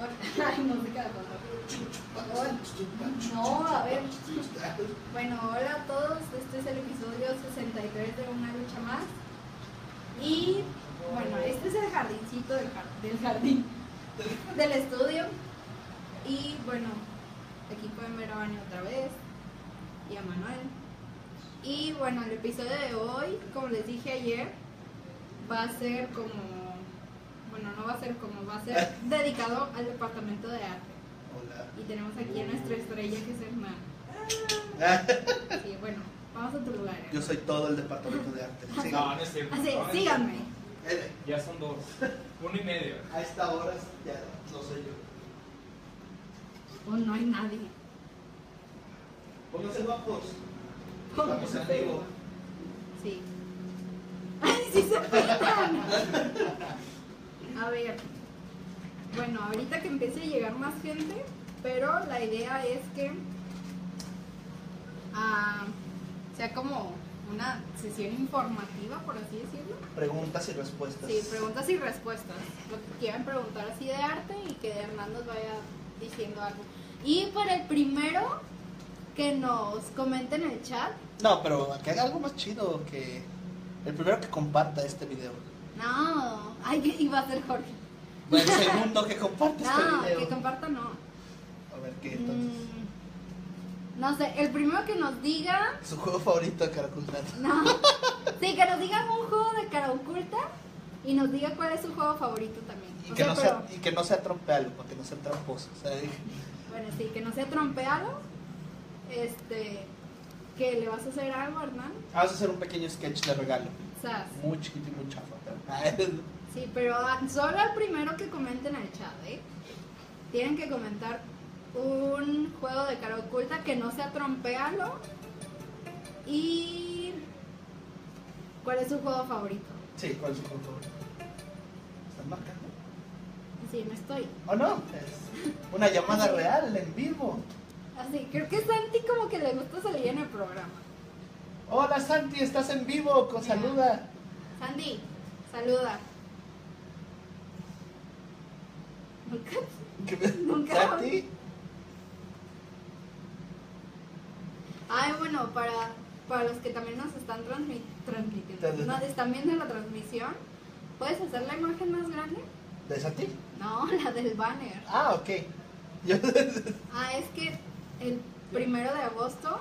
Ay, no se queda No, a ver. Bueno, hola a todos. Este es el episodio 63 de Una Lucha Más. Y bueno, este es el jardincito del, jar- del jardín del estudio. Y bueno, aquí pueden ver a Vani otra vez y a Manuel. Y bueno, el episodio de hoy, como les dije ayer, va a ser como. Bueno, no va a ser como, va a ser dedicado al departamento de arte. Y tenemos aquí a nuestra estrella que es Hernán. Sí, bueno, vamos a tu lugar. Yo soy todo el departamento de arte. Sí. No, no es cierto. Así, No, es síganme. Eh, cierto. Ya son dos. Uno y medio. A esta hora ya no soy yo. Oh, no hay nadie. Pónganse guapos. Oh, Vamos en vivo. Sí. ¡Ay, sí se pegan! A ver. Bueno, ahorita que empiece a llegar más gente, pero la idea es que ah, sea como una sesión informativa, por así decirlo. Preguntas y respuestas. Sí, preguntas y respuestas. Lo que quieran preguntar así de arte y que Hernán nos vaya diciendo algo. Y para el primero que nos comenten en el chat, No, pero que haga algo más chido que. El primero que comparta este video. no, ay, que iba a ser Jorge. El segundo que No, comparta este Ah, que video. comparta no. A ver qué entonces. Mm, no sé, el primero que nos diga, Su juego favorito de Caracol Net. no. Sí, que nos digan un juego de cara oculta y nos diga cuál es su juego favorito también. Y O que, sea, no pero- sea, y que no sea trompealo, porque no sea tramposo. O sea, Bueno, sí, que no sea trompeado. Este, que le vas a hacer algo, Hernán. vamos a hacer un pequeño sketch de regalo. Sas. Muy chiquito y muy chafa. pero- Sí, pero a- solo al primero que comenten al chat, ¿eh? Tienen que comentar un juego de cara oculta que no sea trompealo. Y. ¿Cuál es su juego favorito? Sí, ¿cuál es su juego favorito? ¿Están marcando? Sí, no estoy. ¿O no? Es una llamada real en vivo. Así, creo que Santi como que le gusta salir en el programa. Hola Santi, estás en vivo, con saluda. Sandy, saluda. Nunca ¿Qué me- Nunca. Santi, Ay, bueno, para, para los que también nos están transmi- transmitiendo, nos están viendo la transmisión, ¿puedes hacer la imagen más grande? ¿de Santi? No, la del banner. Ah, ok. Yo- Ah, es que el primero de agosto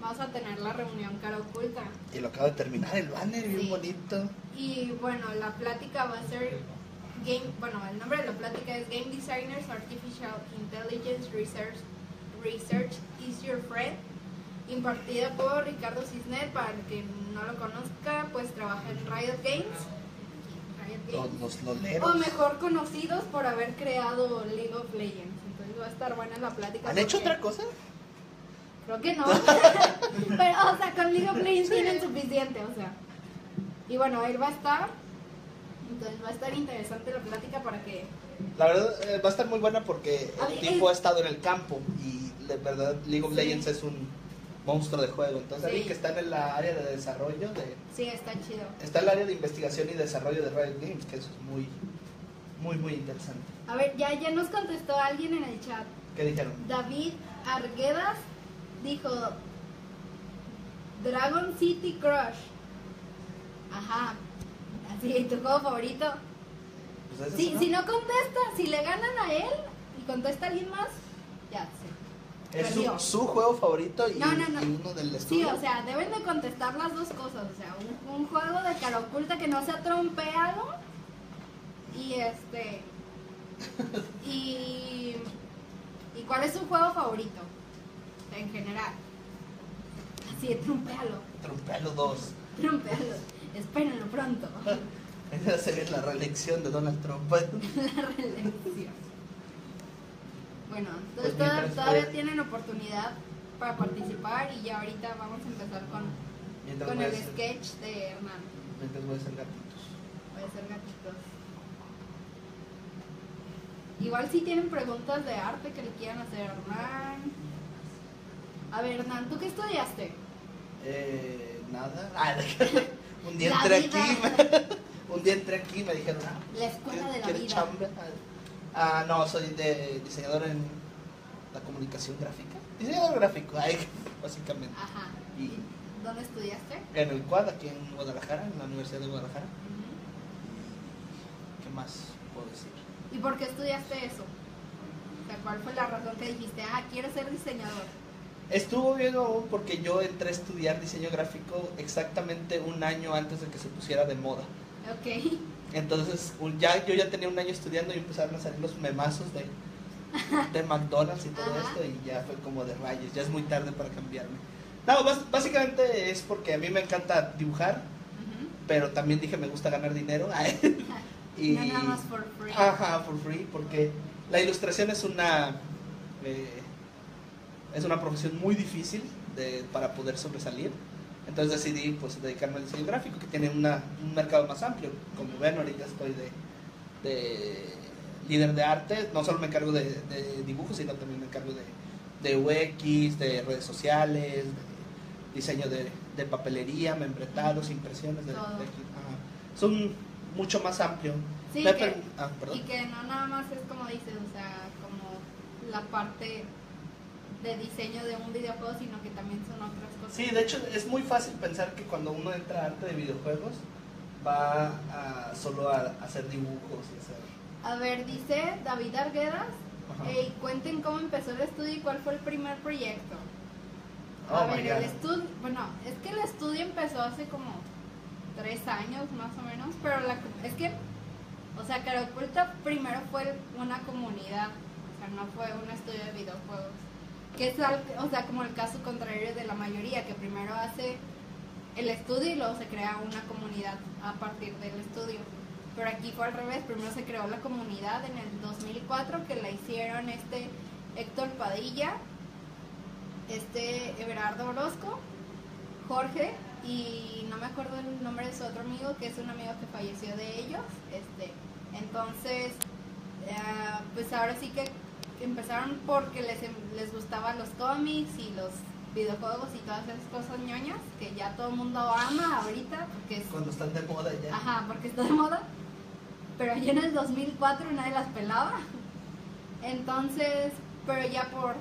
vamos a tener la reunión cara oculta. y lo acabo de terminar, el banner bien Sí. bonito. Y bueno, la plática va a ser game, bueno, el nombre de la plática es Game Designers Artificial Intelligence Research Research is your friend, impartida por Ricardo Cisner, para el que no lo conozca, pues trabaja en Riot Games. Riot Los, Games. los loleros. O mejor conocidos por haber creado League of Legends. Entonces va a estar buena la plática. ¿Han hecho porque- otra cosa? Creo que no. Pero, o sea, con League of Legends tienen suficiente, o sea. Y bueno, él va a estar. Entonces va a estar interesante la plática para que. La verdad, eh, va a estar muy buena porque A el ver, tipo eh. ha estado en el campo y de verdad League of Sí. Legends es un monstruo de juego. Entonces, alguien Sí. que está en la área de desarrollo de Sí, está chido. Está el área de investigación y desarrollo de Riot Games, que eso es muy, muy, muy interesante. A ver, ya, ya nos contestó alguien en el chat. ¿Qué dijeron? David Arguedas dijo: Dragon City Crush. Ajá. Así, tu juego favorito. Pues eso Sí, es una- si no contesta, si le ganan a él y contesta alguien más, ya sí. es su, perdió. su juego favorito y, No, no, no. y uno del Sí, estudio. o sea, deben de contestar las dos cosas. O sea, un, un juego de cara oculta que no sea trompeado. Y este. Y. ¿Y cuál es su juego favorito? En general. Así, trompealo. Trumpealo 2. Trompealo. Espérenlo pronto. Esa sería la reelección de Donald Trump. La reelección. Bueno, Pues entonces toda- mientras- todavía tienen oportunidad para participar y ya ahorita vamos a empezar con, Mientras, con voy a el hacer, sketch de Hernán. mientras voy a hacer gatitos. Puede ser gatitos. Igual si tienen preguntas de arte que le quieran hacer a Hernán. A ver, Hernán, ¿tú qué estudiaste? Eh, nada. Ah, un día entré vida. aquí. me- un día entré aquí y me dijeron, ah, La escuela de la ¿quieres vida. chamba? Ah, no, soy de diseñador en la comunicación gráfica. Diseñador gráfico, ahí, básicamente. Ajá. Y ¿Dónde estudiaste? en el quad, aquí en Guadalajara, en la Universidad de Guadalajara. ¿Qué más puedo decir? ¿Y por qué estudiaste eso? O sea, ¿cuál fue la razón que dijiste, ah, quiero ser diseñador? Estuvo bien aún porque yo entré a estudiar diseño gráfico exactamente un año antes de que se pusiera de moda. Ok. Entonces, un- ya, yo ya tenía un año estudiando y empezaron a salir los memazos de, de McDonald's y todo Ajá. esto y ya fue como de rayos, ya es muy tarde para cambiarme. No, bas- básicamente es porque a mí me encanta dibujar, Ujú. pero también dije me gusta ganar dinero. ay, y, No nada más por free. Ajá, for free, porque la ilustración es una eh, es una profesión muy difícil de- para poder sobresalir. Entonces decidí pues dedicarme al diseño gráfico, que tiene una- un mercado más amplio. Como ven, ahorita estoy de, de líder de arte. No solo me encargo de, de dibujos, sino también me encargo de, de UX, de redes sociales, de diseño de, de papelería, membretados, impresiones. De, de Todo. aquí. Ajá. Es un mucho más amplio. Sí, Me que- per- ah, perdón. y que no nada más es como dices, o sea, como la parte de diseño de un videojuego, sino que también son otras cosas. Sí, de hecho es muy fácil pensar que cuando uno entra a arte de videojuegos va a- solo a, hacer dibujos y hacer... A ver, dice David Arguedas, Ajá. "Ey, cuenten cómo empezó el estudio y cuál fue el primer proyecto. Oh a my ver, este el God. estudio, bueno, es que el estudio empezó hace como tres años más o menos, pero la, co- es que, o sea, Carapulta primero fue una comunidad, o sea, no fue un estudio de videojuegos, que es, al- o sea, como el caso contrario de la mayoría, que primero hace el estudio y luego se crea una comunidad a partir del estudio. Pero aquí fue al revés, primero se creó la comunidad en el 2004 que la hicieron este Héctor Padilla, este Everardo Orozco, Jorge y no me acuerdo el nombre de su otro amigo, que es un amigo que falleció de ellos. Este, entonces, ah, pues ahora sí que empezaron porque les, em- les gustaban los cómics y los videojuegos y todas esas cosas ñoñas que ya todo el mundo ama ahorita porque es Cuando están de moda ya. Ajá, porque está de moda. Pero allá en el 2004 nadie las pelaba. Entonces, pero ya por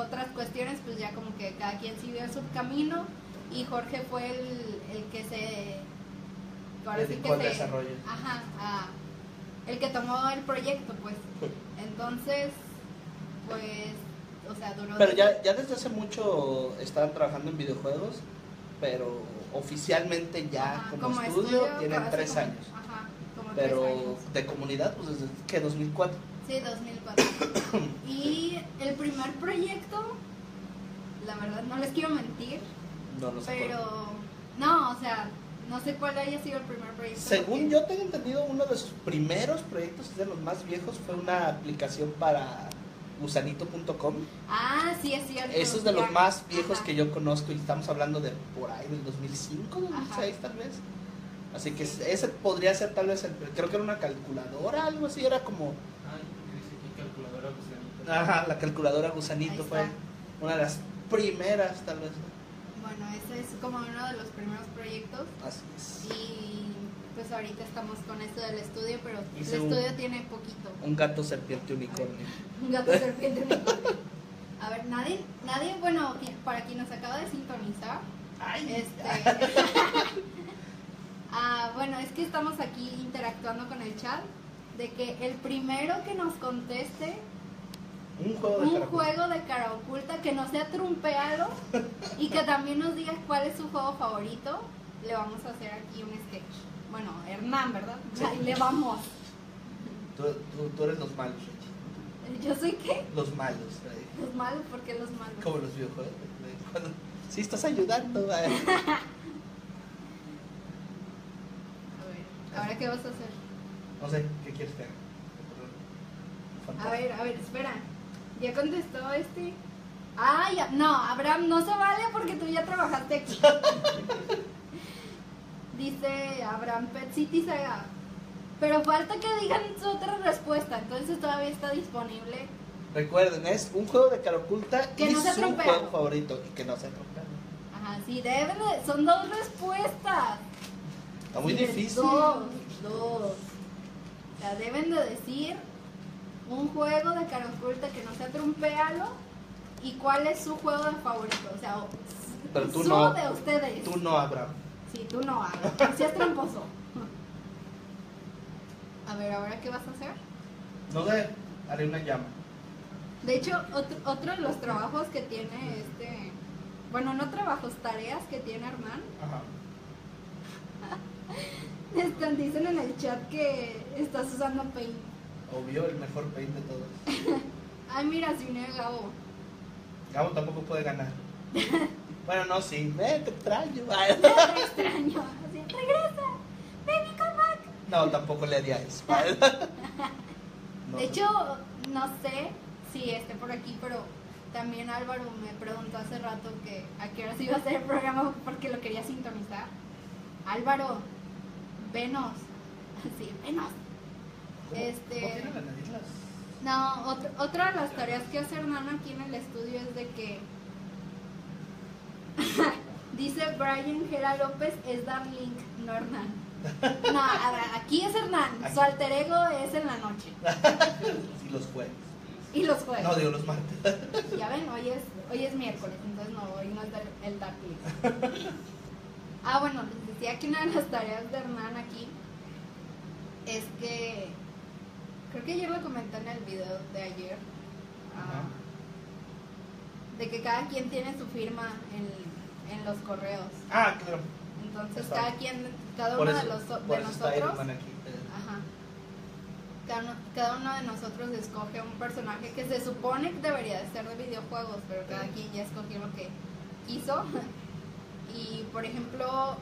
otras cuestiones, pues ya como que cada quien siguió su camino. Y Jorge fue el, el que se. ahora sí Dedicó al se- desarrollo. Ajá, a- el que tomó el proyecto, pues. Entonces, pues. O sea, duró. Pero ya, ya desde hace mucho estaban trabajando en videojuegos, pero oficialmente ya Ajá, como, estudio, tienen hace tres como- años. Ajá, como Pero tres años. de comunidad, pues desde que 2004. Sí, 2004. y el primer proyecto, la verdad no les quiero mentir, No lo sé. pero no, o sea, no sé cuál haya sido el primer proyecto. Según porque- yo tengo entendido, uno de sus primeros proyectos, de los más viejos, fue una aplicación para gusanito.com. Ah, sí, es cierto. Eso es de los ya. más viejos Ajá. que yo conozco y estamos hablando de por ahí del 2005, 2006 Ajá. tal vez. Así que ese podría ser tal vez el, creo que era una calculadora, algo así, era como Ay, me dice aquí calculadora pues, gusanito. Ah. ajá, la calculadora Ahí gusanito está. fue una de las primeras tal vez. Bueno, ese es como uno de los primeros proyectos. Así es. Y pues ahorita estamos con esto del estudio, pero el Hice un- estudio tiene poquito. Un gato serpiente unicornio. Un gato serpiente unicornio. A ver, nadie, nadie, bueno, qui- para quien nos acaba de sintonizar, este, ah, bueno, es que estamos aquí interactuando con el chat de que el primero que nos conteste Un juego Oh, de un caracol. juego de cara oculta que no sea trumpeado y que también nos diga cuál es su juego favorito, le vamos a hacer aquí un sketch. Bueno, Hernán, ¿verdad? Sí. Ahí le vamos. Tú, tú- tú eres los malos, Richie. Yo soy qué? Los malos. eh. Los malos, ¿por qué los malos? Como los videojuegos. de- cuando- Sí, estás ayudando. A eh. ver, ¿ahora qué vas a hacer? No sé, ¿qué quieres que haga? A ver, a ver, espera. Ya contestó este. Ah, ya. No, Abraham, no se vale porque tú ya trabajaste aquí. Dice Abraham Pet City Saga. Pero falta que digan su otra respuesta. Entonces todavía está disponible. Recuerden, es un juego de cara oculta Que y no sea su trompeado. juego favorito. Y que no sea trompeado. Ajá, sí, deben de- Son dos respuestas. Está muy Sí, difícil. Dos, dos. O sea, deben de decir un juego de cara oculta que no sea trompealo y cuál es su juego de favorito. O sea, o- Pero tú su no. de ustedes. Tú no, Abraham. Sí, tú no hagas. Si es tramposo. A ver, ¿ahora qué vas a hacer? No sé, haré una llama. De hecho, otro, otro de los trabajos que tiene este. Bueno, no trabajos, tareas que tiene Armand. Ajá. Están, dicen en el chat que estás usando Paint. Obvio, el mejor paint de todos. Ay, mira, si viene Gabo. Gabo tampoco puede ganar. Bueno, no, sí. Ve, te extraño. Te extraño. Así, regresa. Ven y come. No, tampoco le haría eso. No. De hecho, no sé si esté por aquí, pero también Álvaro me preguntó hace rato que a qué hora se iba a hacer el programa porque lo quería sintonizar. Álvaro, venos. Sí, venos. ¿Cómo- este- ¿Cómo tienen las islas? No, ot- otra de las tareas que hace Hernán aquí en el estudio es de que. Dice Brian Gera López es dar link, no Hernán. No, a ver, aquí es Hernán, su alter ego es en la noche Sí, los jueves. y los jueves. No, digo los martes. Ya ven, hoy es, hoy es miércoles, entonces no, hoy no es del- el Dark List. Ah, bueno, les decía que una de las tareas de Hernán aquí es que, creo que ayer lo comenté en el video de ayer, ah, de que cada quien tiene su firma en, en los correos. Ah, claro. Entonces Exacto. cada quien, cada Por uno eso, de, los, por de eso nosotros... está Iron Man aquí. Eh, Ajá. Cada uno, cada uno de nosotros escoge un personaje que se supone que debería de ser de videojuegos, pero cada Sí. quien ya escogió lo que quiso. Y por ejemplo,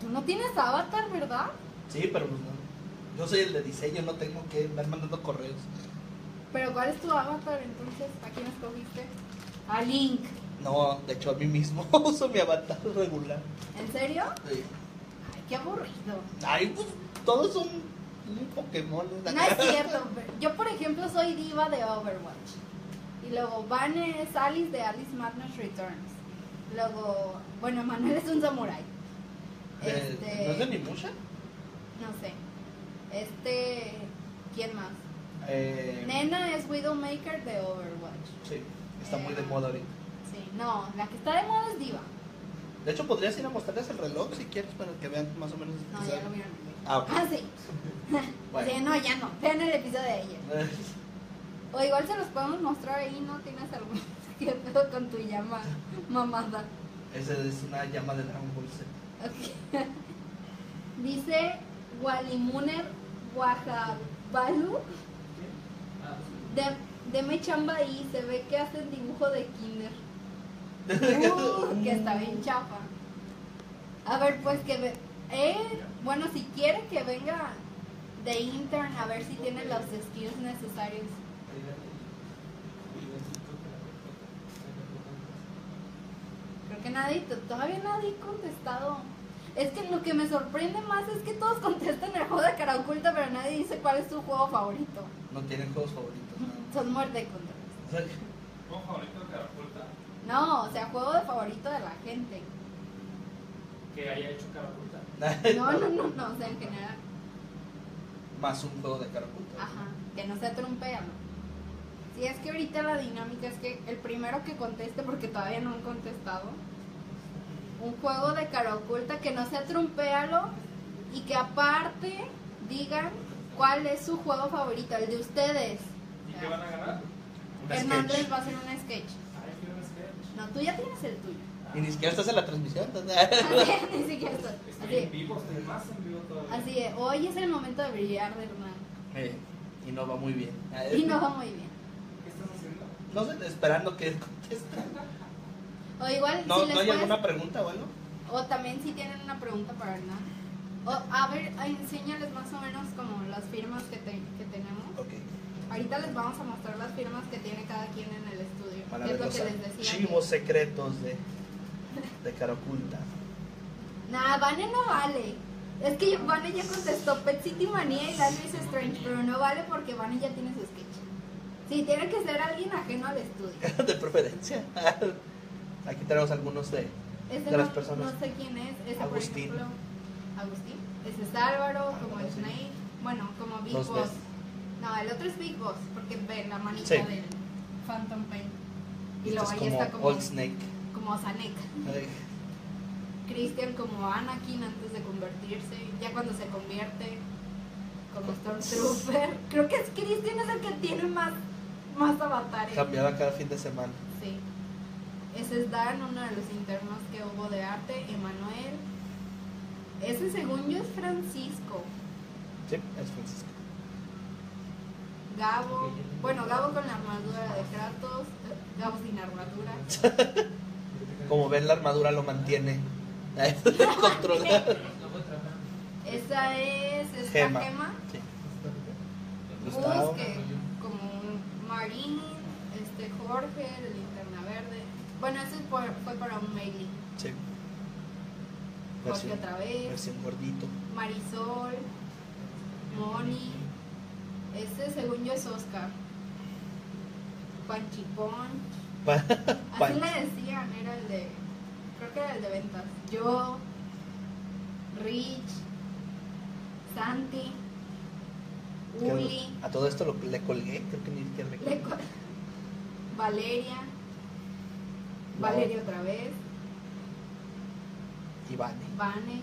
tú no tienes avatar, ¿verdad? Sí, pero pues no. Yo soy el de diseño, no tengo que andar mandando correos. Pero ¿cuál es tu avatar entonces? ¿A quién escogiste? A Link. No, de hecho a mí mismo uso mi avatar regular. ¿En serio? Sí. Ay, qué aburrido. Ay, pues todos son un Pokémon. la No es cara. cierto. Yo, por ejemplo, soy diva de Overwatch. Y luego Van es Alice de Alice Madness Returns. Luego, bueno, Manuel es un samurai. Eh, ¿No es de Este, Nimusha? no sé. Este, ¿quién más? Eh, Nena es Widowmaker de Overwatch. sí, está muy de moda ahorita. Sí, no, la que está de moda es diva. De hecho, podrías ir a mostrarles el reloj si quieres para que vean más o menos. No, o sea, ya lo vieron. ayer. Ah, ok. Ah, sí. Bueno. Sí, no, ya no. Vean el episodio de ayer. O igual se los podemos mostrar ahí, ¿no? Tienes algún que pedo con tu llama mamada. Esa es una llama de Dragon Ball Z. Ok. Dice Walimuner Guajabalu Ah, sí. de, Deme chamba ahí, se ve que hacen dibujo de kinder. Uh, que está bien chapa. A ver, pues que ve. Eh, bueno, si quiere que venga de intern a ver si tiene los skills necesarios. Creo que nadie, to- todavía nadie ha contestado. Es que lo que me sorprende más es que todos contestan el juego de cara oculta, pero nadie dice cuál es su juego favorito. No tienen juegos favoritos. ¿no? Son muerte contra. O sea, ¿Juego favorito de Carapulta? No, o sea, juego de favorito de la gente. Que haya hecho Carapulta. No, no, no, no, o sea, en general. Más un juego de caraculta. Ajá, que no se trompean. Si es que ahorita la dinámica es que el primero que conteste, porque todavía no han contestado, un juego de cara oculta que no sea trompealo y que aparte digan cuál es su juego favorito, el de ustedes. ¿Y qué Ah. van a ganar? Un Hernández sketch. va a hacer un sketch. Ay, quiero un sketch. No, tú ya tienes el tuyo. Y ni siquiera estás en la transmisión. ¿no? Así, ni siquiera estoy. Estoy en Así, vivo, estoy más en vivo todavía. así es, hoy es el momento de brillar de Hernán. Eh, y no va muy bien. Ah, Y nos va muy bien. ¿Qué estás haciendo? No sé, esperando que conteste. O igual, ¿No, si ¿no les hay puedes- alguna pregunta o algo? O también si tienen una pregunta para Hernán. O, a ver, a- enséñales más o menos como las firmas que, te- que tenemos. Ok. Ahorita les vamos a mostrar las firmas que tiene cada quien en el estudio. Van a que ver es lo los que les decía. archivos secretos de, de cara oculta. Nah, Vane no vale. Es que yo- Vane ya contestó Pet City Manía y Life is Strange, pero no vale porque Vane ya tiene su sketch. Sí, tiene que ser alguien ajeno al estudio. De preferencia. Aquí tenemos algunos de. Este De las no, personas. no sé quién es. Ese, Agustín. Por ejemplo, Agustín. Ese es Álvaro, como Álvaro, sí. Snake. Bueno, como Big Los Boss. ves. No, el otro es Big Boss, porque ve la manita Sí. del Phantom Pain. Y luego Esto es ahí como está como, Old Snake. como Zanek. Christian como Anakin antes de convertirse. Ya cuando se convierte como Stormtrooper. Creo que es Christian es el que tiene más, más avatares. Cambiaba cada fin de semana. Sí. Ese es Dan, uno de los internos que hubo de arte, Emanuel. Ese según yo es Francisco. Sí, es Francisco. Gabo. Bueno, Gabo con la armadura de Kratos. eh, Gabo sin armadura. Como ven, la armadura lo mantiene. Controlado. Esa es esta Gema. Gema. Sí. Gustavo. Gus, que como un Marín, este Jorge, de Linterna Verde. Bueno, ese fue, fue para un mailing. Sí. Jorge Versión, otra vez. versión gordito. Marisol, Moni. Ese según yo es Oscar. Panchipón. Pa- Así Panch. le decían, era el de. Creo que era el de ventas. Yo, Rich, Santi, Que Uli, a todo esto lo, le colgué, creo que ni siquiera le colgué. Leco- Valeria, Valeria otra vez, Y Vane. Vane.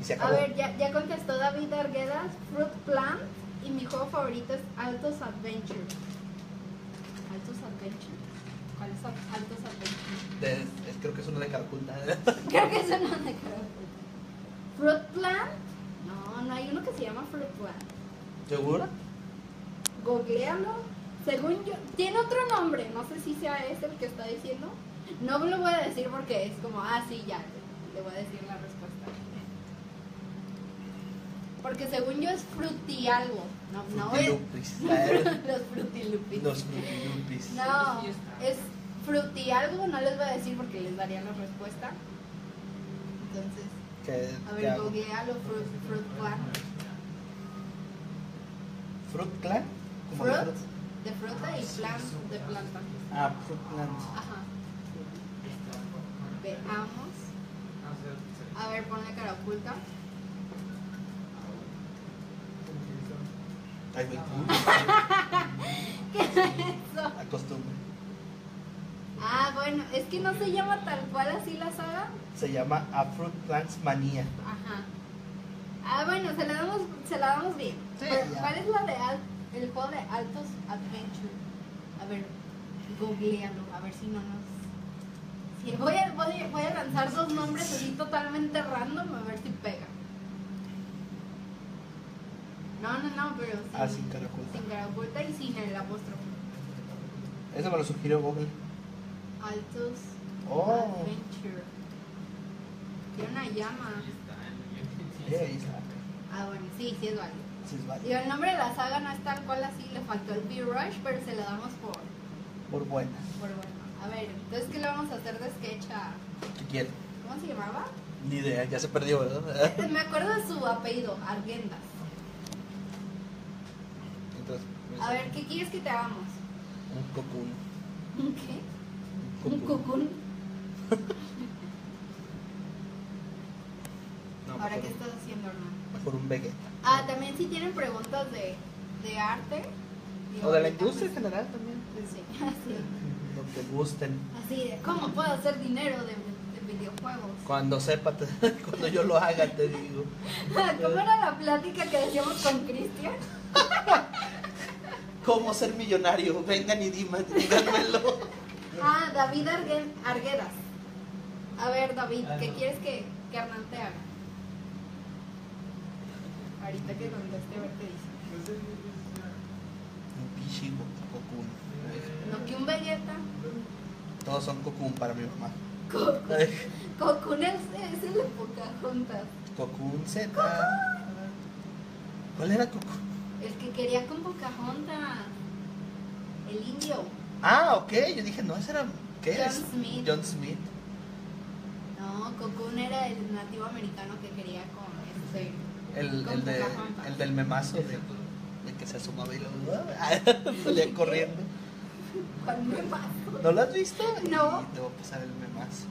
Y se A acabó. ver, ya, ya contestó David Arguedas, Fruit Plant y mi juego favorito es Altos Adventure. ¿Altos Adventure? ¿Cuál es Al- Altos Adventure? De- es- creo que es uno de Calcul. Creo que eso no me creo. ¿Fruit Plant? No, no hay uno que se llama Fruit Plant. ¿Seguro? Googlealo. Según yo, tiene otro nombre, no sé si sea este el que está diciendo. No lo voy a decir porque es como, ah, sí, ya, le voy a decir la respuesta. Porque según yo es fruti algo. No, no eh. es Frutilupis. los frutilupis. Los frutilupis. No, es fruti algo, no les voy a decir porque les daría la respuesta. Entonces, ¿Qué- a qué ver, hago? googlealo, fruit, fruit plant. Fruit Clan. ¿Cómo de Fruit, de fruta Ah, y plant, de planta. Ah, Fruit Clan. Ajá. Veamos. Ah, A ver, ponle cara oculta. Ay, güey, ¿Qué es eso? acostumbre. Ah, bueno, es que no se llama tal cual así la saga. Se llama A Fruit Plants Manía. Ajá. Ah, bueno, se la damos, se la damos bien. Sí, Pero, ya. ¿Cuál es la de al- el juego de Altos Adventure? A ver, googlealo, a ver si no nos. Sí, voy, a, voy, a- voy a lanzar dos nombres así totalmente random a ver si pega. No, no, no, pero sí. Ah, sin cara oculta. Sin cara oculta y sin el apóstrofe. Eso me lo sugirió Google. Altos Oh, Adventure. Tiene una llama. eh, ahí está. Ah, bueno, sí, sí es válido. Sí, es válido. Digo, el nombre de la saga no es tal cual así, le faltó el B-Rush, pero se lo damos por, Por buena. por bueno. A ver, entonces, ¿qué le vamos a hacer de sketch a. ¿Qué quiere? ¿Cómo se llamaba? Eh, Ni idea, ya se perdió, ¿verdad? Me acuerdo de su apellido, Arguendas. Entonces, pues, A ver, ¿qué quieres que te hagamos? un cocoon. ¿Un qué? ¿Un cucún? cocoon. No, Ahora, ¿qué mejor, estás haciendo, Hernán? mejor un Vegeta. Ah, también si tienen preguntas de, de arte. digo, O de la ahorita, industria en pues, general también. Sí, así. Lo que gusten. Así de, ¿cómo puedo hacer dinero de, de videojuegos? Cuando sepa, te- cuando yo lo haga, te digo. ¿Cómo era la plática que decíamos con Cristian? ¿Cómo ser millonario? Vengan y dima- díganmelo. Ah, David Argue- Arguedas. A ver, David, ¿qué quieres que, que Hernán te haga? Ahorita que conteste, a ver qué dice. Un pinche cocoon. No, que un Vegeta. Todos son cocoon para mi mamá. Co- Cocoon es, es el de Pocahontas. Cocoon Z. ¿Cuál era Cocoon? El que quería con Pocahontas. El indio. Ah, ok. Yo dije, no, ese era. ¿Qué John es? Smith. John Smith. No, Cocoon era el nativo americano que quería con este. El, el, de, Pocahontas. el del memazo de, de que se asomaba y lo ah, salía corriendo. ¿Cuál me pasó? ¿No lo has visto? No. Y te voy a pasar el memazo.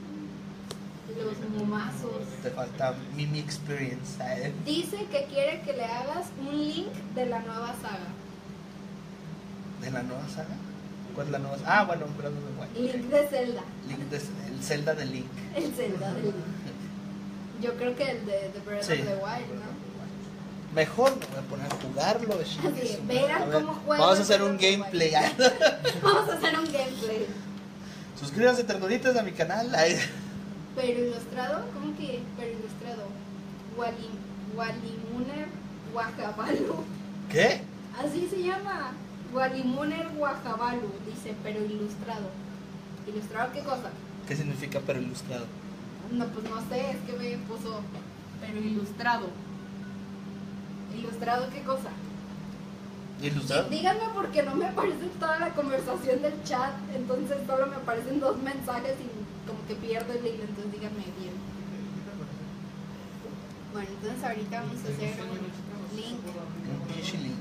Los momazos. Te falta Mimi Experience. ah, eh. Dice que quiere que le hagas un link de la nueva saga. de la nueva saga. ¿Cuál es la nueva saga? Ah, bueno, Breath of the Wild. Link de Zelda. Link de- el Zelda de Link. El Zelda del. Yo creo que el de The Breath Sí. of the Wild, ¿no? Mejor me voy a poner a jugarlo. chingue su madre. verán A ver, cómo juega Vamos a hacer Breath un of the gameplay. Vamos a hacer un gameplay. Suscríbanse, ternuritas, a mi canal. Ay, Pero ilustrado, ¿cómo que? Pero ilustrado. Walim, Walimuner Guajabalu. ¿Qué? Así se llama. Walimuner Guajabalu, dice, pero ilustrado. ¿Ilustrado qué cosa? ¿Qué significa pero ilustrado? No, pues no sé, es que me puso. Pero ilustrado. ¿Ilustrado qué cosa? ¿Ilustrado? Díganme porque no me aparece toda la conversación del chat, entonces solo me aparecen dos mensajes y como que pierdo el hilo, entonces díganme bien. Bueno, entonces ahorita vamos a hacer un link. Un pinche Link.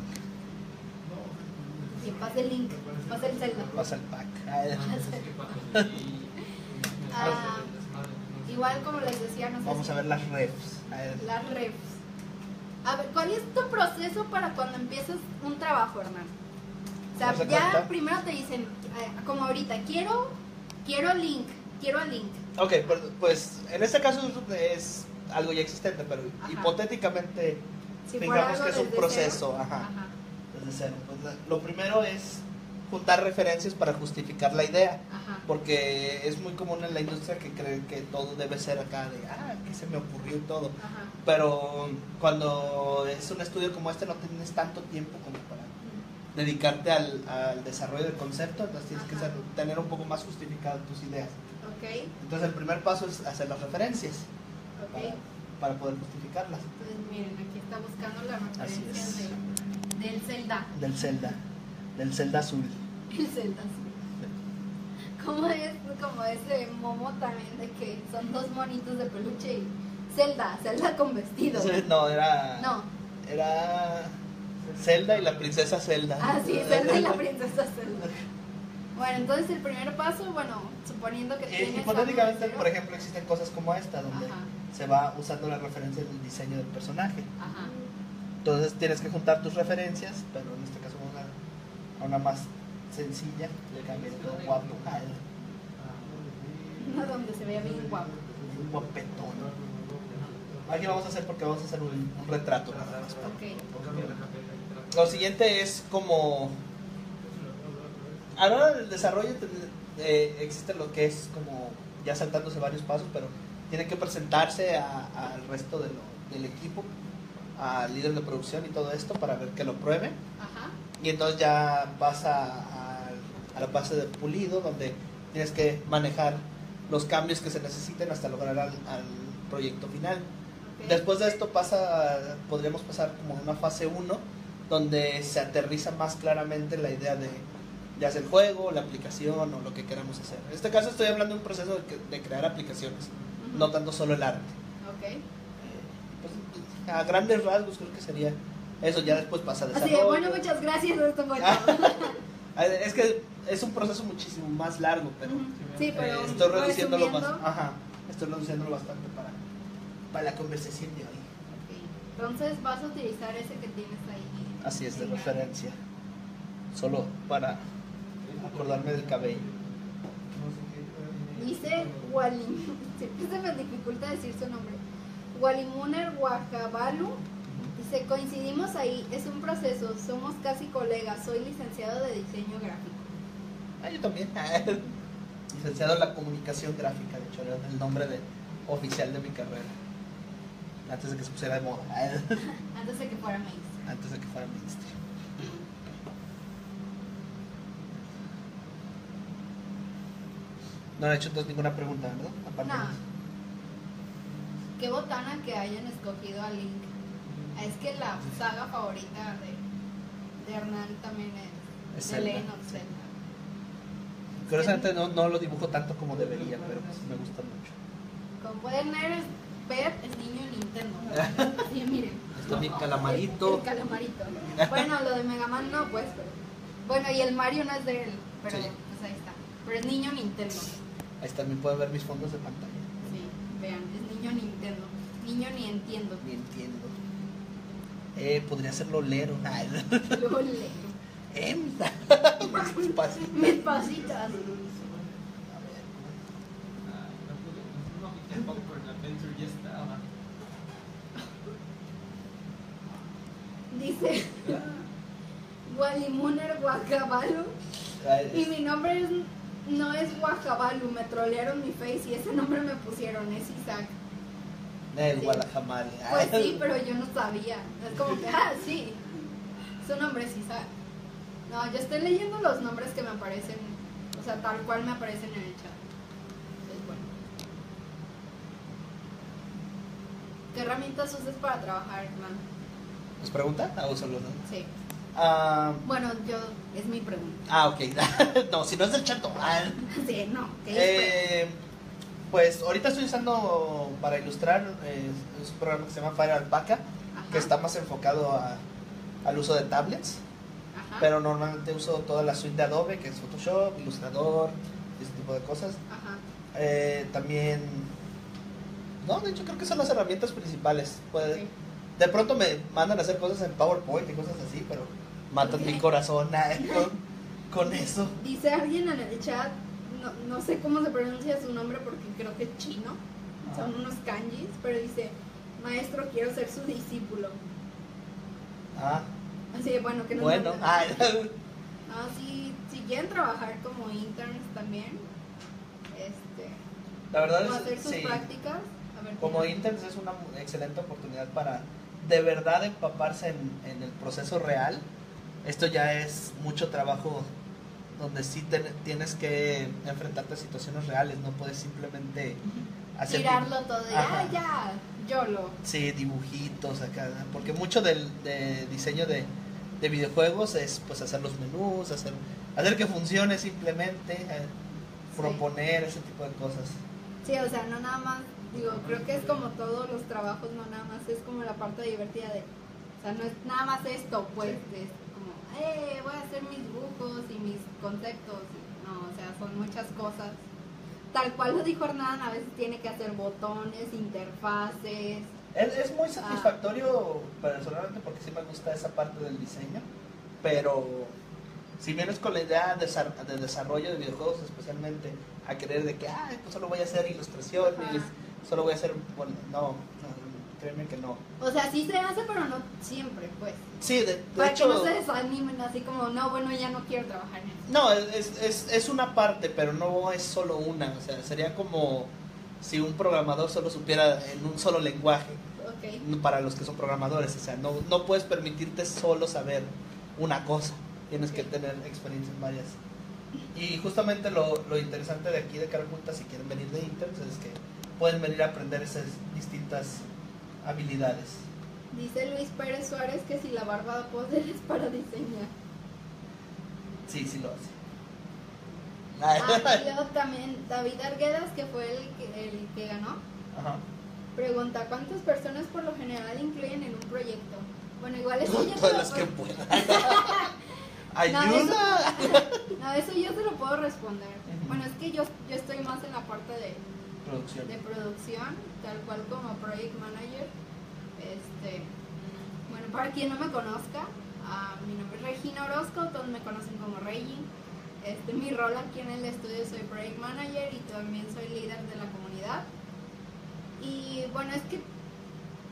Que pase el link, pase el celda. Pasa el pack. Ay, Ah, igual como les decía, no sé Vamos si- a ver las refs. A ver, las refs. A ver, ¿cuál es tu proceso para cuando empiezas un trabajo, hermano? O sea, Vamos a ya cortar. primero te dicen, eh, como ahorita, quiero, quiero link, quiero a link. Ok, pues, pues, en este caso es- es algo ya existente, pero Ajá. hipotéticamente Si fuera digamos algo que es un desde proceso. cero. Ajá. Ajá. Desde cero. Pues, la- lo primero es juntar referencias para justificar la idea. Ajá. Porque es muy común en la industria que creen que todo debe ser acá de, ah, que se me ocurrió y todo. Ajá. Pero cuando es un estudio como este no tienes tanto tiempo como para Mm, dedicarte al, al desarrollo del concepto, entonces tienes que Ajá. ser- tener un poco más justificadas tus ideas. Ok, Entonces el primer paso es hacer las referencias para, ok. para poder justificarlas Pues miren, aquí está buscando la Así referencia es. de- del Zelda. del Zelda, del Zelda azul. El Zelda azul. Como es, como es de Momo también, de que son dos monitos de peluche y Zelda, Zelda con vestido. Entonces, No, era No, era Zelda y la princesa Zelda. así ah, sí, Zelda y la princesa Zelda. Bueno, entonces el primer paso, bueno, suponiendo que Eh, tienes... Hipotéticamente, algo por de cero. ejemplo, existen cosas como esta, donde Ajá, se va usando la referencia del diseño del personaje. ajá. Entonces tienes que juntar tus referencias, pero en este caso a una, a una más sencilla, le cambias todo guapo, al Uno donde se vea bien guapo. un guapetón. Aquí vamos a hacer porque vamos a hacer un, un retrato. nada más. Ok. Lo siguiente es como... A la hora del desarrollo te- eh, existe lo que es como ya saltándose varios pasos, pero tiene que presentarse a- al resto de lo- del equipo, al líder de producción y todo esto para ver que lo prueben. Ajá. Y entonces ya vas a, a- a la fase de pulido, donde tienes que manejar los cambios que se necesiten hasta lograr al, al proyecto final. ok. Después de esto pasa, podríamos pasar como a una fase 1, donde se aterriza más claramente la idea de ya sea el juego, la aplicación o lo que queramos hacer. En este caso estoy hablando de un proceso de, que- de crear aplicaciones, Ujú. no tanto solo el arte. Ok. Pues, a grandes rasgos creo que sería eso, ya después pasa Así desarrollo. de, bueno, muchas gracias, este esto fue Ah. todo. Ah, Es que es un proceso muchísimo más largo, pero Ujú. Sí, eh, pero estoy reduciéndolo más. resumiendo. Ajá, estoy reduciéndolo bastante para, para la conversación de hoy. Ok. Entonces vas a utilizar ese que tienes ahí. Así es, de Venga. referencia. Solo para acordarme del cabello. Dice Walim. Siempre se me dificulta decir su nombre. Walimuner Guajabalu. Dice, coincidimos ahí, es un proceso, somos casi colegas, soy licenciado de diseño gráfico. Ah, yo también. Licenciado en la comunicación gráfica, de hecho, era el nombre de, oficial de mi carrera. Antes de que se pusiera de moda, Antes de que fuera maíz. antes de que fuera mainstream. No han hecho entonces ninguna pregunta, ¿verdad? Aparte No. de eso. Qué botana que hayan escogido a Link. Es que la saga favorita de, de Hernán también es, Es de Zelda. Lennox, Sí. Zelda. Curiosamente no, no lo dibujo tanto como debería, pero pues me gusta mucho. Como pueden ver, es- ver es niño Nintendo. Sí, miren. Está mi El, el calamarito. Bueno, lo de Mega Man no, pues. Pero, bueno, y el Mario no es de él, pero Sí. pues ahí está. Pero es niño Nintendo. Ahí también pueden ver mis fondos de pantalla. Sí, vean, es niño Nintendo. Niño ni entiendo. Ni entiendo. Eh, podría ser lolero. Ay, Luego leo. Em. Mis pasitas. Mis pasitas. Dice Gualimuner Guacabalu. Ay, Y mi nombre es, no es Guacabalu. Me trolearon mi face y ese nombre me pusieron. Es Isaac. El Sí. Guadalajamari. Pues Ah. sí, pero yo no sabía. Es como que, ah, sí. Su nombre es Isaac. No, yo estoy leyendo los nombres que me aparecen. O sea, tal cual me aparecen en el chat. Entonces, bueno. ¿Qué herramientas usas para trabajar, hermano? ¿Nos pregunta? Ah, o solo no. Sí. Ah, Bueno, yo. Es mi pregunta. ah, ok. no, si no es del chato. Ah. Sí, no. ¿qué es Eh, pues ahorita estoy usando para ilustrar, eh, es un programa que se llama Fire Alpaca, pregunta? pues, Ajá, que está más enfocado a- al uso de tablets, ajá, pero normalmente uso toda la suite de Adobe, que es Photoshop, Ilustrador, ese tipo de cosas. ajá. Eh, también... No, de hecho creo que son las herramientas principales. Pues, ok. De pronto me mandan a hacer cosas en PowerPoint y cosas así, pero matan mi corazón ah, con, con eso. Dice alguien en el chat, no, no sé cómo se pronuncia su nombre porque creo que es chino, son unos kanjis, pero dice, maestro, quiero ser su discípulo. Ah, Así de bueno, que no bueno. Ah, No, si, si quieren trabajar como interns también, este, la verdad o hacer es sus Pues, sí. prácticas, a ver, Como ¿quién? interns es una mu- excelente oportunidad para de verdad empaparse en, en el proceso real. Esto ya es mucho trabajo donde sí te- tienes que enfrentarte a situaciones reales, no puedes simplemente hacer tirarlo todo, y, Ajá. ah, ya, YOLO. Sí, dibujitos acá, porque mucho del de diseño de, de videojuegos es pues hacer los menús, hacer, hacer que funcione simplemente, eh, proponer ese tipo de cosas. Sí, o sea, no nada más, digo, creo que es como todos los trabajos, no nada más, es como la parte divertida de, o sea, no es nada más esto, pues, es como, eh, voy a hacer mis dibujos y mis conceptos, no, o sea, son muchas cosas. Tal cual lo dijo Hernán, a veces tiene que hacer botones, interfaces, Es, es Ah. muy satisfactorio personalmente porque sí me gusta esa parte del diseño, pero si vienes con la idea de, desar- de desarrollo de videojuegos especialmente a querer de que, ah, pues solo voy a hacer ilustraciones, Ajá. solo voy a hacer, bueno, no, no, créeme que no. o sea, sí se hace, pero no siempre, pues. Sí, de, de Para hecho... que no se desanimen así como, no, bueno, ya no quiero trabajar en eso. No, es, es, es una parte, pero no es solo una. O sea, sería como si un programador solo supiera en un solo lenguaje Ok, para los que son programadores. O sea, no, no puedes permitirte solo saber una cosa. Tienes que tener experiencias varias. Y justamente lo, lo interesante de aquí de Carpunta, si quieren venir de interns, es que pueden venir a aprender esas distintas habilidades. dice Luis Pérez Suárez que si la barba de poder es para diseñar. Sí, sí lo hace. Ah, y luego también David Arguedas, que fue el que, el que ganó, Ajá. pregunta cuántas personas por lo general incluyen en un proyecto. Bueno, igual eso Pues yo Todas se lo las que puedo- puedan. No, eso- ¡Ayuda! No, eso yo se lo puedo responder. Ujú. Bueno, es que yo, yo estoy más en la parte de, Producción. de producción, tal cual como project manager. Este, bueno, para quien no me conozca, ah, mi nombre es Regina Orozco, todos me conocen como Regi. Este, mi rol aquí en el estudio soy project manager y también soy líder de la comunidad. Y bueno, es que,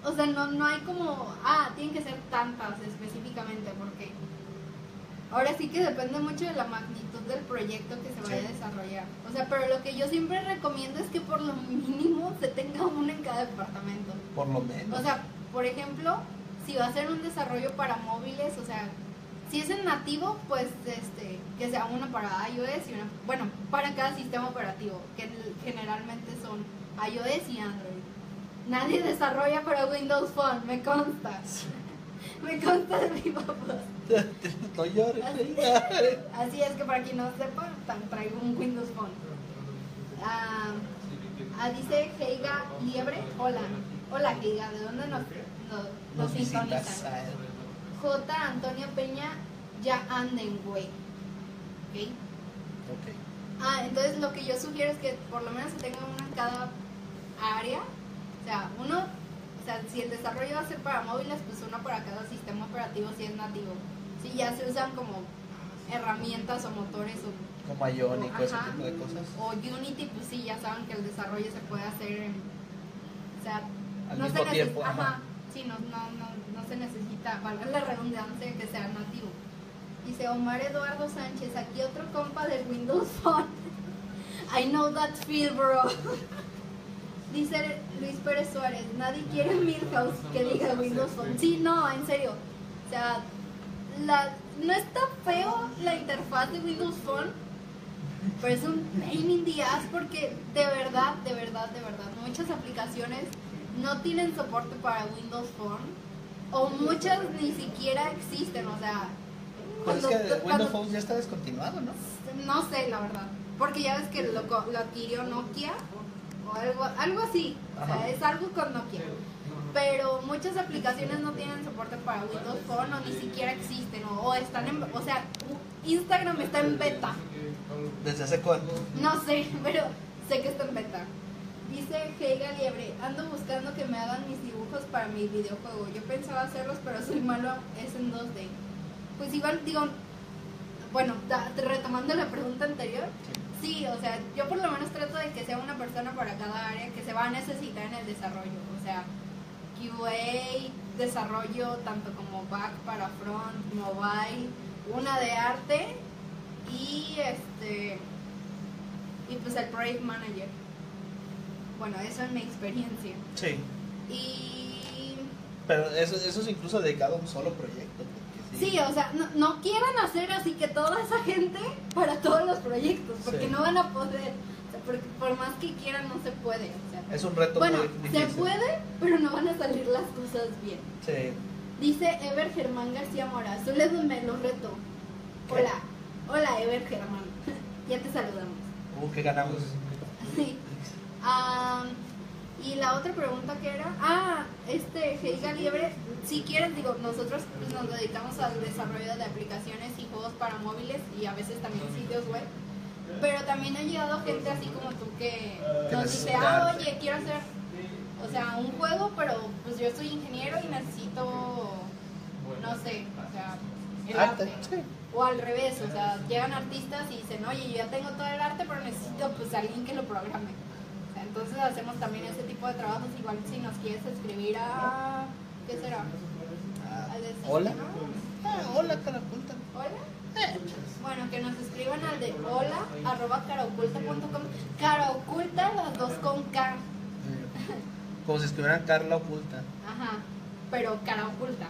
o sea, no, no hay como, ah, tienen que ser tantas específicamente, porque ahora sí que depende mucho de la magnitud del proyecto que se vaya Sí. a desarrollar. O sea, pero lo que yo siempre recomiendo es que por lo mínimo se tenga uno en cada departamento. Por lo menos. O sea, por ejemplo, si va a ser un desarrollo para móviles, o sea, si es en nativo, pues este, que sea una para iOS y una, bueno, para cada sistema operativo, que en- generalmente son iOS y Android. Nadie desarrolla para Windows Phone, me consta. Me consta de mi papá. no llores. Así. Así es que para quien no sepa, tan- traigo un Windows Phone. Ah, ah, dice Heiga Liebre, hola. Hola Heiga, ¿de dónde nos, nos, nos Nos visitas. Ah, sintonizan? J. Antonio Peña ya anden, güey. ¿Ok? Ok. Ah, entonces lo que yo sugiero es que por lo menos se tenga uno en cada área. O sea, uno, o sea, si el desarrollo va a ser para móviles, pues uno para cada sistema operativo si es nativo. Si ya se usan como herramientas o motores o, como Ion y todo ese Ajá. tipo de cosas. o Unity, pues sí, ya saben que el desarrollo se puede hacer en... O sea, Al no mismo se tiempo, necesi- ajá. ajá, sí, no, no, no, no se necesita, valga la redundancia, que sea nativo. Dice Omar Eduardo Sánchez, aquí otro compa del Windows Phone. I know that feel, bro. Dice Luis Pérez Suárez, nadie quiere Milhouse que diga Windows Phone. Sí, no, en serio. O sea, la, no está feo la interfaz de Windows Phone, pero es un pain in the ass porque de verdad, de verdad, de verdad, muchas aplicaciones no tienen soporte para Windows Phone o muchas ni siquiera existen, o sea, Pues es cuando- que Windows cuando- Phone ya está descontinuado, ¿no? no sé la verdad, porque ya ves que lo, co- lo adquirió Nokia o algo, algo así, o sea, Ajá. es algo con Nokia. Pero muchas aplicaciones no tienen soporte para Windows Phone o ni siquiera existen o, o están en, o sea, Instagram está en beta. ¿Desde hace cuánto? No sé, pero sé que está en beta. Dice Heiga Liebre, ando buscando que me hagan mis dibujos para mi videojuego. Yo pensaba hacerlos, pero soy malo, es en 2D. Pues igual, digo, bueno, ta- retomando la pregunta anterior, sí, o sea, yo por lo menos trato de que sea una persona para cada área que se va a necesitar en el desarrollo. O sea, QA, desarrollo tanto como back para front, mobile, una de arte y este y pues el project manager. Bueno, eso es mi experiencia. Sí. Y Pero eso, eso es incluso dedicado a un solo proyecto. porque sí, o sea, no, no quieran hacer así que toda esa gente para todos los proyectos, porque Sí. no van a poder, O sea, porque por más que quieran no se puede. o sea. Es un reto bueno, muy se difícil. puede, pero no van a salir las cosas bien. Sí. Dice Ever Germán García Mora, solo es donde lo reto. ¿Qué? Hola, hola Ever Germán, ya te saludamos. Uh, que ganamos. Sí. Am, y la otra pregunta que era, ah, este, Heiga Liebre, si quieres, digo, nosotros pues, nos dedicamos al desarrollo de aplicaciones y juegos para móviles y a veces también sitios web, pero también ha llegado gente así como tú que Que nos dice, necesita ah, arte". oye, quiero hacer, o sea, un juego, pero pues yo soy ingeniero y necesito, no sé, o sea, el Arte. arte. Ah, Sí. O al revés, o sea, llegan artistas y dicen, oye, yo ya tengo todo el arte, pero necesito pues alguien que lo programe. O sea, entonces hacemos también ese tipo de trabajos, igual si nos quieres escribir a... ¿Qué será? Ah, Al de este sistema. hola. Ah, hola, caraculta. ¿Hola? Eh, Bueno, que nos escriban al de hola arroba caraoculta.com. Caraoculta las dos con K. Como si estuvieran Carla oculta. Ajá, pero cara oculta.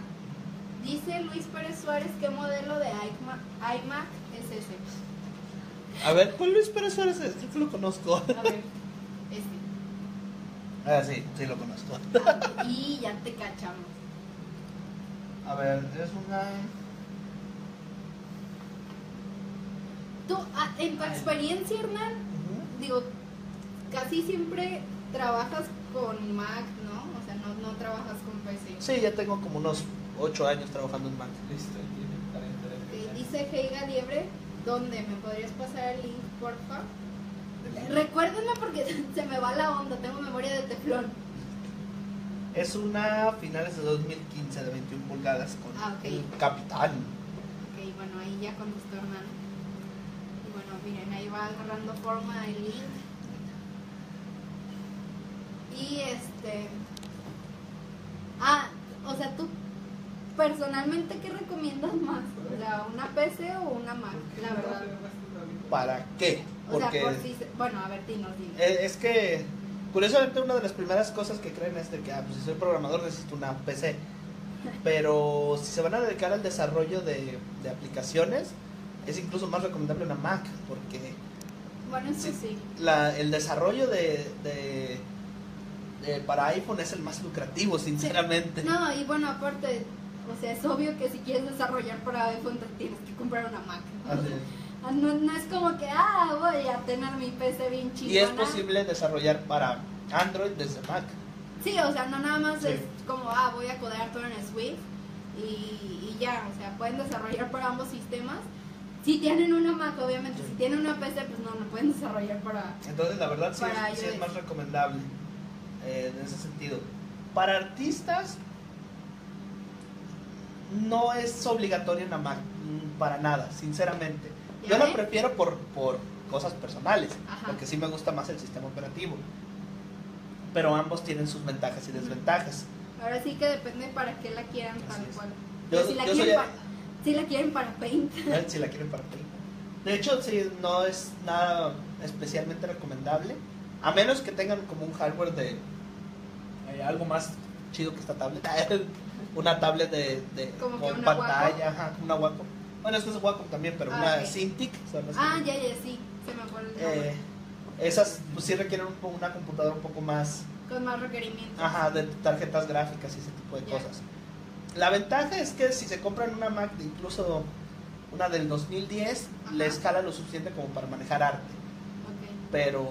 Dice Luis Pérez Suárez, ¿qué modelo de iMac iMac es ese? A ver, ¿cuál Luis Pérez Suárez es? Creo que lo conozco. A ver, este. Ah, sí, sí lo conozco. Y ya te cachamos. A ver, es una. Tú, ah, en tu experiencia, Hernán, digo, casi siempre trabajas con Mac, ¿no? O sea, no, no trabajas con PC. Sí, ya tengo como unos 8 años trabajando en Mac. Listo, tiene Ok, 40. Eh, dice Heiga Liebre, ¿dónde? ¿Me podrías pasar el link, porfa? Eh. Recuérdenme porque se me va la onda, tengo memoria de teflón. Es una finales de 2015 de 21 pulgadas con Ah, ok. el Capitán. Ok, bueno, ahí ya contestó Hernán. Y bueno, miren, ahí va agarrando forma el link. Y este. Ah, o sea, tú personalmente, ¿qué recomiendas más? O sea, ¿una PC o una Mac? La verdad. ¿Para qué? O sea, Porque por si. se- Bueno, a ver, dinos, dinos. e- es que, curiosamente, una de las primeras cosas que creen es de que, ah, pues si soy programador necesito una PC. Pero si se van a dedicar al desarrollo de, de aplicaciones, es incluso más recomendable una Mac, porque Bueno, eso sí. sí. la- el desarrollo de, de- de- para iPhone es el más lucrativo, sinceramente. No, y bueno, aparte, o sea, es obvio que si quieres desarrollar para iPhone, te tienes que comprar una Mac. Así es. Ah, No, no es como que, ah, voy a tener mi PC bien chingona. Y es posible desarrollar para Android desde Mac. Sí, o sea, no nada más Sí. es como, ah, voy a codear todo en Swift y, y ya, o sea, pueden desarrollar para ambos sistemas. Si tienen una Mac, obviamente, si tienen una PC, pues no, no pueden desarrollar para... Entonces, la verdad, sí, Para es, sí es iOS. más recomendable eh, en ese sentido. Para artistas, no es obligatoria en la Mac mm, para nada, sinceramente. ¿Ya Yo la ves? prefiero por, por cosas personales, Ajá. porque sí me gusta más el sistema operativo. Pero ambos tienen sus ventajas y desventajas. Ahora sí que depende para qué la quieran Así tal es. cual. Yo- Pero si, la yo quieren soy- para, si la quieren para paint. ¿no? si la quieren para ti. De hecho, sí, no es nada especialmente recomendable, a menos que tengan como un hardware de eh, algo más chido que esta tablet. una tablet de, de- Como que con una pantalla, ajá, una Wacom. Bueno, esto es Wacom también, pero Ah, una ok. Cintiq. son las que- Ah, ya, ya, sí. Se me fue el eh, nombre. esas pues, sí requieren un po- una computadora un poco más Con más requerimientos. ajá, de tarjetas gráficas y ese tipo de Ya. cosas. La ventaja es que si se compran una Mac, de incluso una del 2010, Ajá. le escala lo suficiente como para manejar arte, Ok. pero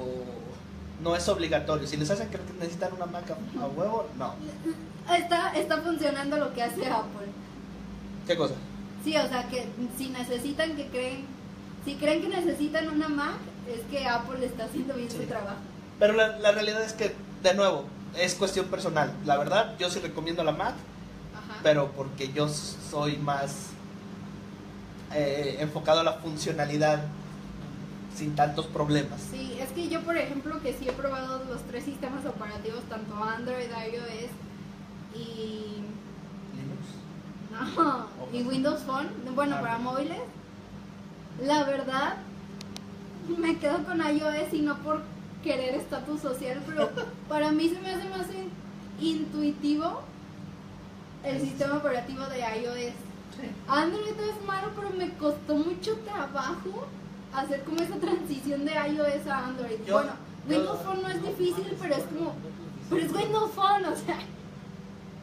no es obligatorio. Si les hacen creer que necesitan una Mac a, a huevo, no. Está, está funcionando lo que hace Apple. ¿Qué cosa? Sí, o sea, que si necesitan que creen, si creen que necesitan una Mac, es que Apple está haciendo bien su Sí. trabajo. Pero la, la realidad es que, de nuevo, es cuestión personal. La verdad, yo sí recomiendo la Mac, Ajá. pero porque yo soy más eh, enfocado a la funcionalidad sin tantos problemas. Sí, es que yo, por ejemplo, que sí he probado los tres sistemas operativos, tanto Android, iOS y, no, y Windows Phone, bueno, Ah. para móviles. La verdad, me quedo con iOS y no por querer estatus social, pero para mí se me hace más in- intuitivo el sistema operativo de iOS. Android es malo, pero me costó mucho trabajo hacer como esa transición de iOS a Android. Yo- bueno, yo- Windows Phone no es difícil, pero es como, pero es Windows Phone, o sea,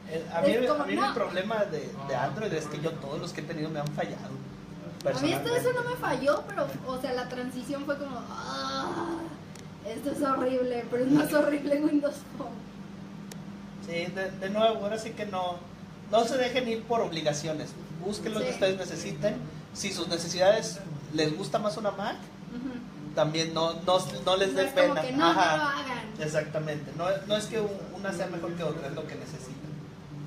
Eh, A mí, Es como, a mí no. mi problema de, de Android es que yo todos los que he tenido me han fallado. a mí personalmente. esto eso no me falló, pero, o sea, la transición fue como, ah, esto es horrible, pero es más horrible Windows Phone. Sí, de, de nuevo, ahora sí que no, no se dejen ir por obligaciones. Busquen lo que Sí. ustedes necesiten. Si sus necesidades les gusta más una Mac, Ujú. también no, no, no les No dé es pena. como que no, no lo Ajá. hagan. Exactamente, no, no es que un- una sea mejor que otra, es lo que necesitan.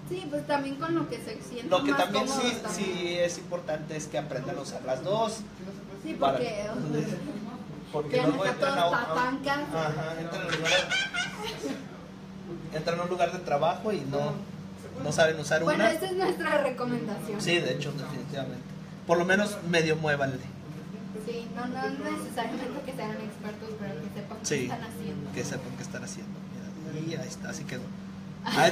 Sí, pues también con lo que se siente. Lo que más también cómodo sí, sí es importante es que aprendan a usar las dos, Sí, para- porque o sea, porque ya no luego está entran a, todo a- tatanca. ajá, entran a un lugar, entran a un lugar de trabajo y no, no saben usar Bueno, una. esa es nuestra recomendación. Sí, de hecho, definitivamente. Por lo menos medio muévanle, Sí, no, no es necesariamente que sean expertos, pero que sepan qué Sí. están haciendo. que sepan qué están haciendo. Mira, y ahí está, así quedó. Ahí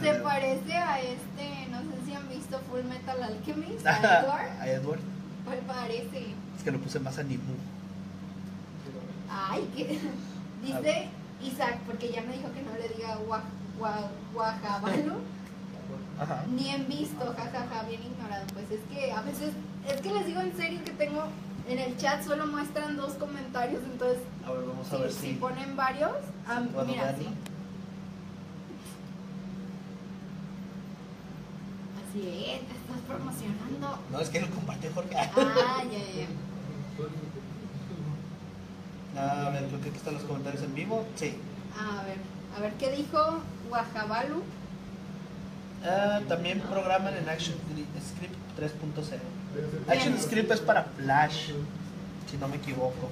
Se está. parece a este, no sé si han visto Full Metal Alchemist, a Edward. A Edward, ¿Cuál parece? es que lo puse más a Nimu. Ay, que dice Isaac, porque ya me dijo que no le diga gua- gua- guajabalo, Ajá. ni en visto, jajaja, bien ignorado. Pues es que a veces, es que les digo en serio que tengo, en el chat solo muestran dos comentarios, entonces A ver, vamos a si, ver si si. ponen varios, ah, puedo mira, verlo. sí. Así es, te estás promocionando. No, es que lo compartió Jorge. Ah, ya, ya, ya. Ah, a ver, creo que aquí están los comentarios en vivo. Sí. A ver, a ver qué dijo Guajabalu. Ah, también programan en Action Gri- Script 3.0. Action Script es é para Flash, si no me equivoco.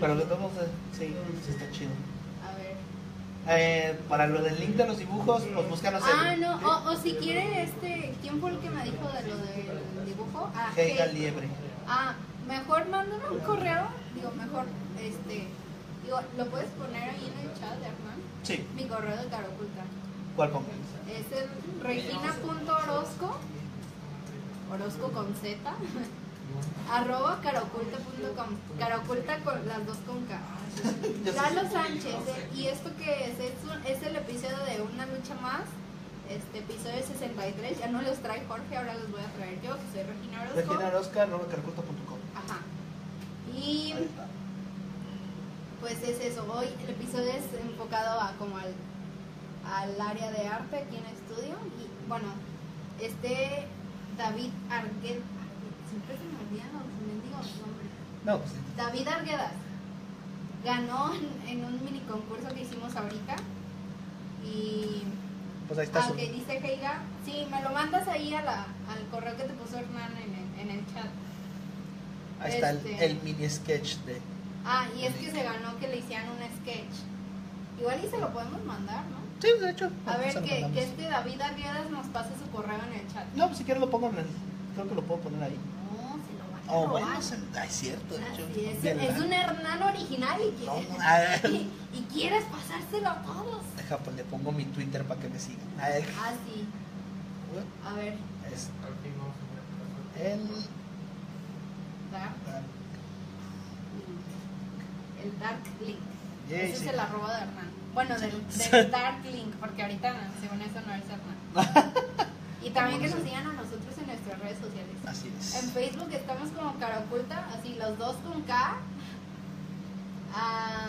Pero lo tenemos, eh, sí, sí está chido. A ver. Eh, para lo del link de los dibujos, pues búscanos Ah, en no, o, o si quiere, este, ¿quién fue el que me dijo de lo del dibujo? Ah, Heiga Hey. Liebre. Ah, mejor mándame un correo, digo, mejor, este, digo, ¿lo puedes poner ahí en el chat, Hernán? Sí, Mi correo de Taroculta. ¿cuál pongo? Es el regina.orozco, Orozco con Z, arroba caroculta.com, caroculta con las dos con K. Yo sé. Lalo Sánchez, eh, ¿y esto que es? Es, un- es el episodio de Una Lucha Más, este episodio 63, ya no los trae Jorge, ahora los voy a traer yo, que soy Regina Orozco. Regina Orozca, arroba carculto.com. Ajá. Y Ahí está. pues es eso, hoy el episodio es enfocado a como al, al área de arte aquí en el estudio y bueno, este David Arguedas, siempre se me olvidan los mendigos nombres. No, pues sí. David Arguedas ganó en, en un mini concurso que hicimos ahorita y Pues ahí está Ah, su- ok, dice Heiga. Sí, me lo mandas ahí a la, al correo que te puso Hernán en el, en el chat. ahí está el, este- el mini sketch de. Ah, y es que se ganó que le hicieran un sketch. Igual y se lo podemos mandar, ¿no? Sí, de hecho. pues, A Ah, se ver, lo que, mandamos. que este David Arriadas nos pase su correo en el chat. No, pues si quieres lo pongo en el. Creo que lo puedo poner ahí. No, se lo van a Oh, robar. bueno, se- ah, es cierto, de hecho. Así es, Bien, es ¿verdad? un Hernán original y, No, que- ah, y, y quieres pasárselo a todos. Deja, pues le pongo mi Twitter para que me sigan. Ah, es- Ah, sí. A ver, es Al fin vamos a ver. el. Dark ah, Link. El Dark Link. yay, Ese Eh, sí. es el arroba de Hernán. Bueno, del, del Dark Link, porque ahorita no, según eso no es Hernán. Y también que nos sigan a nosotros en nuestras redes sociales. Así En es. Facebook estamos como Cara Oculta, así los dos con K. Ah,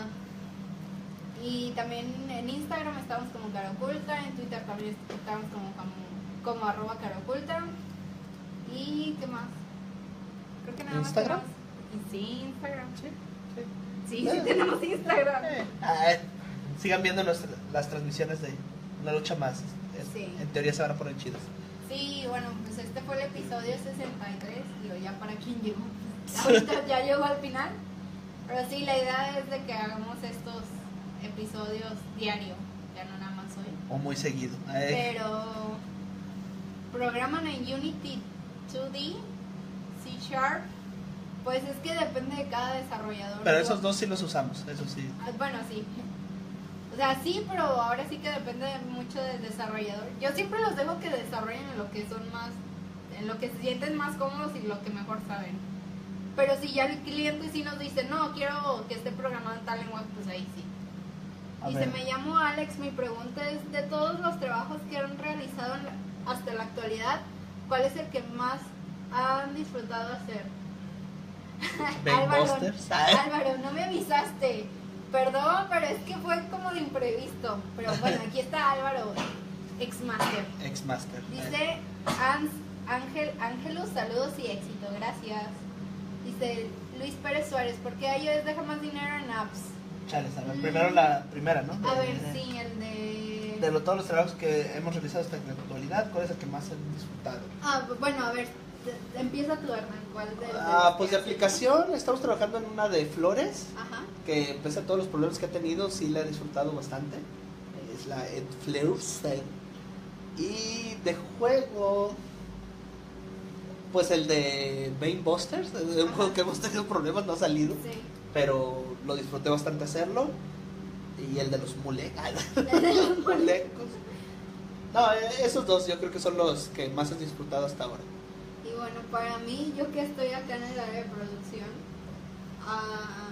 y también en Instagram estamos como Cara Oculta, en Twitter también estamos como, como, como arroba Cara Oculta. ¿Y qué más? Creo que nada más. ¿Instagram? tenemos- Sí, Instagram. Sí, sí. sí, tenemos Instagram. Eh, ah, eh, sigan viendo nuestra- las transmisiones de Una lucha más. Es- Sí. En teoría se van a poner chidas. Sí, bueno, pues este fue el episodio 63, digo, ya para quien llegó. Ahorita ya llegó al final, pero sí, la idea es de que hagamos estos episodios diario, ya no nada más hoy. O muy seguido. Ah, eh, Pero programan en Unity 2D, C Sharp, pues es que depende de cada desarrollador. pero Digo, esos dos sí los usamos. Eso sí. Ah, Bueno, sí. O sea, sí, pero ahora sí que depende mucho del desarrollador. Yo siempre los dejo que desarrollen en lo que son más, en lo que se sienten más cómodos y lo que mejor saben. Pero si ya el cliente sí nos dice, no, quiero que esté programado en tal lenguaje, pues ahí sí. A Y se ver. me llamó Alex, mi pregunta es, de todos los trabajos que han realizado en la- hasta la actualidad, ¿cuál es el que más han disfrutado hacer? Álvaro, Busters. Ah, eh. Álvaro, no me avisaste. Perdón, pero es que fue como de imprevisto. Pero bueno, aquí está Álvaro, ex-master. Ex Master. Dice Ans- Ángel, Ángelus, saludos y éxito, gracias. Dice Luis Pérez Suárez, ¿por qué iOS deja más dinero en apps? Chales, a ver, primero la primera, ¿no? Mm. A De- ver, de- sí, el de... De lo- todos los trabajos que hemos realizado hasta la actualidad, ¿cuál es el que más han disfrutado? Ah, bueno, a ver, te- te- empieza tu Hernán, ¿cuál de este? Ah, pues de aplicación, estamos trabajando en una de flores, Ajá. que pese a todos los problemas que ha tenido, sí la he disfrutado bastante. Es la Ed Fleurs. eh. Y de juego, pues el de Bane Busters, es un juego que hemos tenido problemas, no ha salido, Sí. pero lo disfruté bastante hacerlo. Y el de los mule- El de los mole- mulecos. No, eh, esos dos yo creo que son los que más he disfrutado hasta ahora. Y bueno, para mí, yo que estoy acá en el área de producción, ah,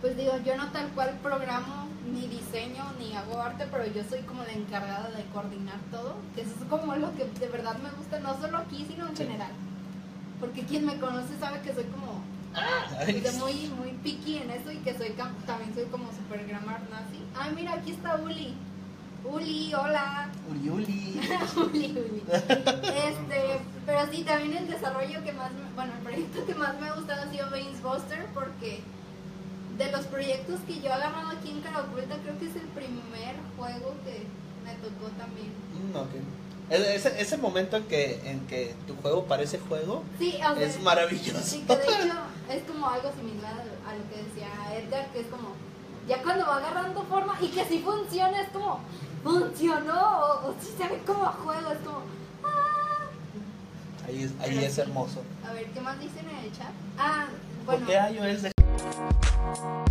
pues digo, yo no tal cual programo, ni diseño, ni hago arte, pero yo soy como la encargada de coordinar todo, que eso es como lo que de verdad me gusta, no solo aquí, sino en Sí. general. Porque quien me conoce sabe que soy como pues, de muy, muy picky en eso y que soy cam- también soy como super grammar nazi. Ay, mira, aquí está Uli. Uli, hola. Uli, uli. Uli, Uli. Este, pero sí, también el desarrollo que más, me- bueno, el proyecto que más me ha gustado ha sido Veins Buster porque de los proyectos que yo he agarrado aquí en Cara Oculta, creo que es el primer juego que me tocó también. Mm, ok. E- Ese, ese momento en que, en que tu juego parece juego Sí, o sea, es maravilloso. Sí, que de hecho es como algo similar a lo que decía Edgar, que es como, ya cuando va agarrando forma y que si funciona, es como, funcionó, o, o si se ve como a juego, es como, Ahí es, ahí es hermoso. a ver, ¿qué más dicen en el chat? Ah, bueno. ¿Por qué iOS dejó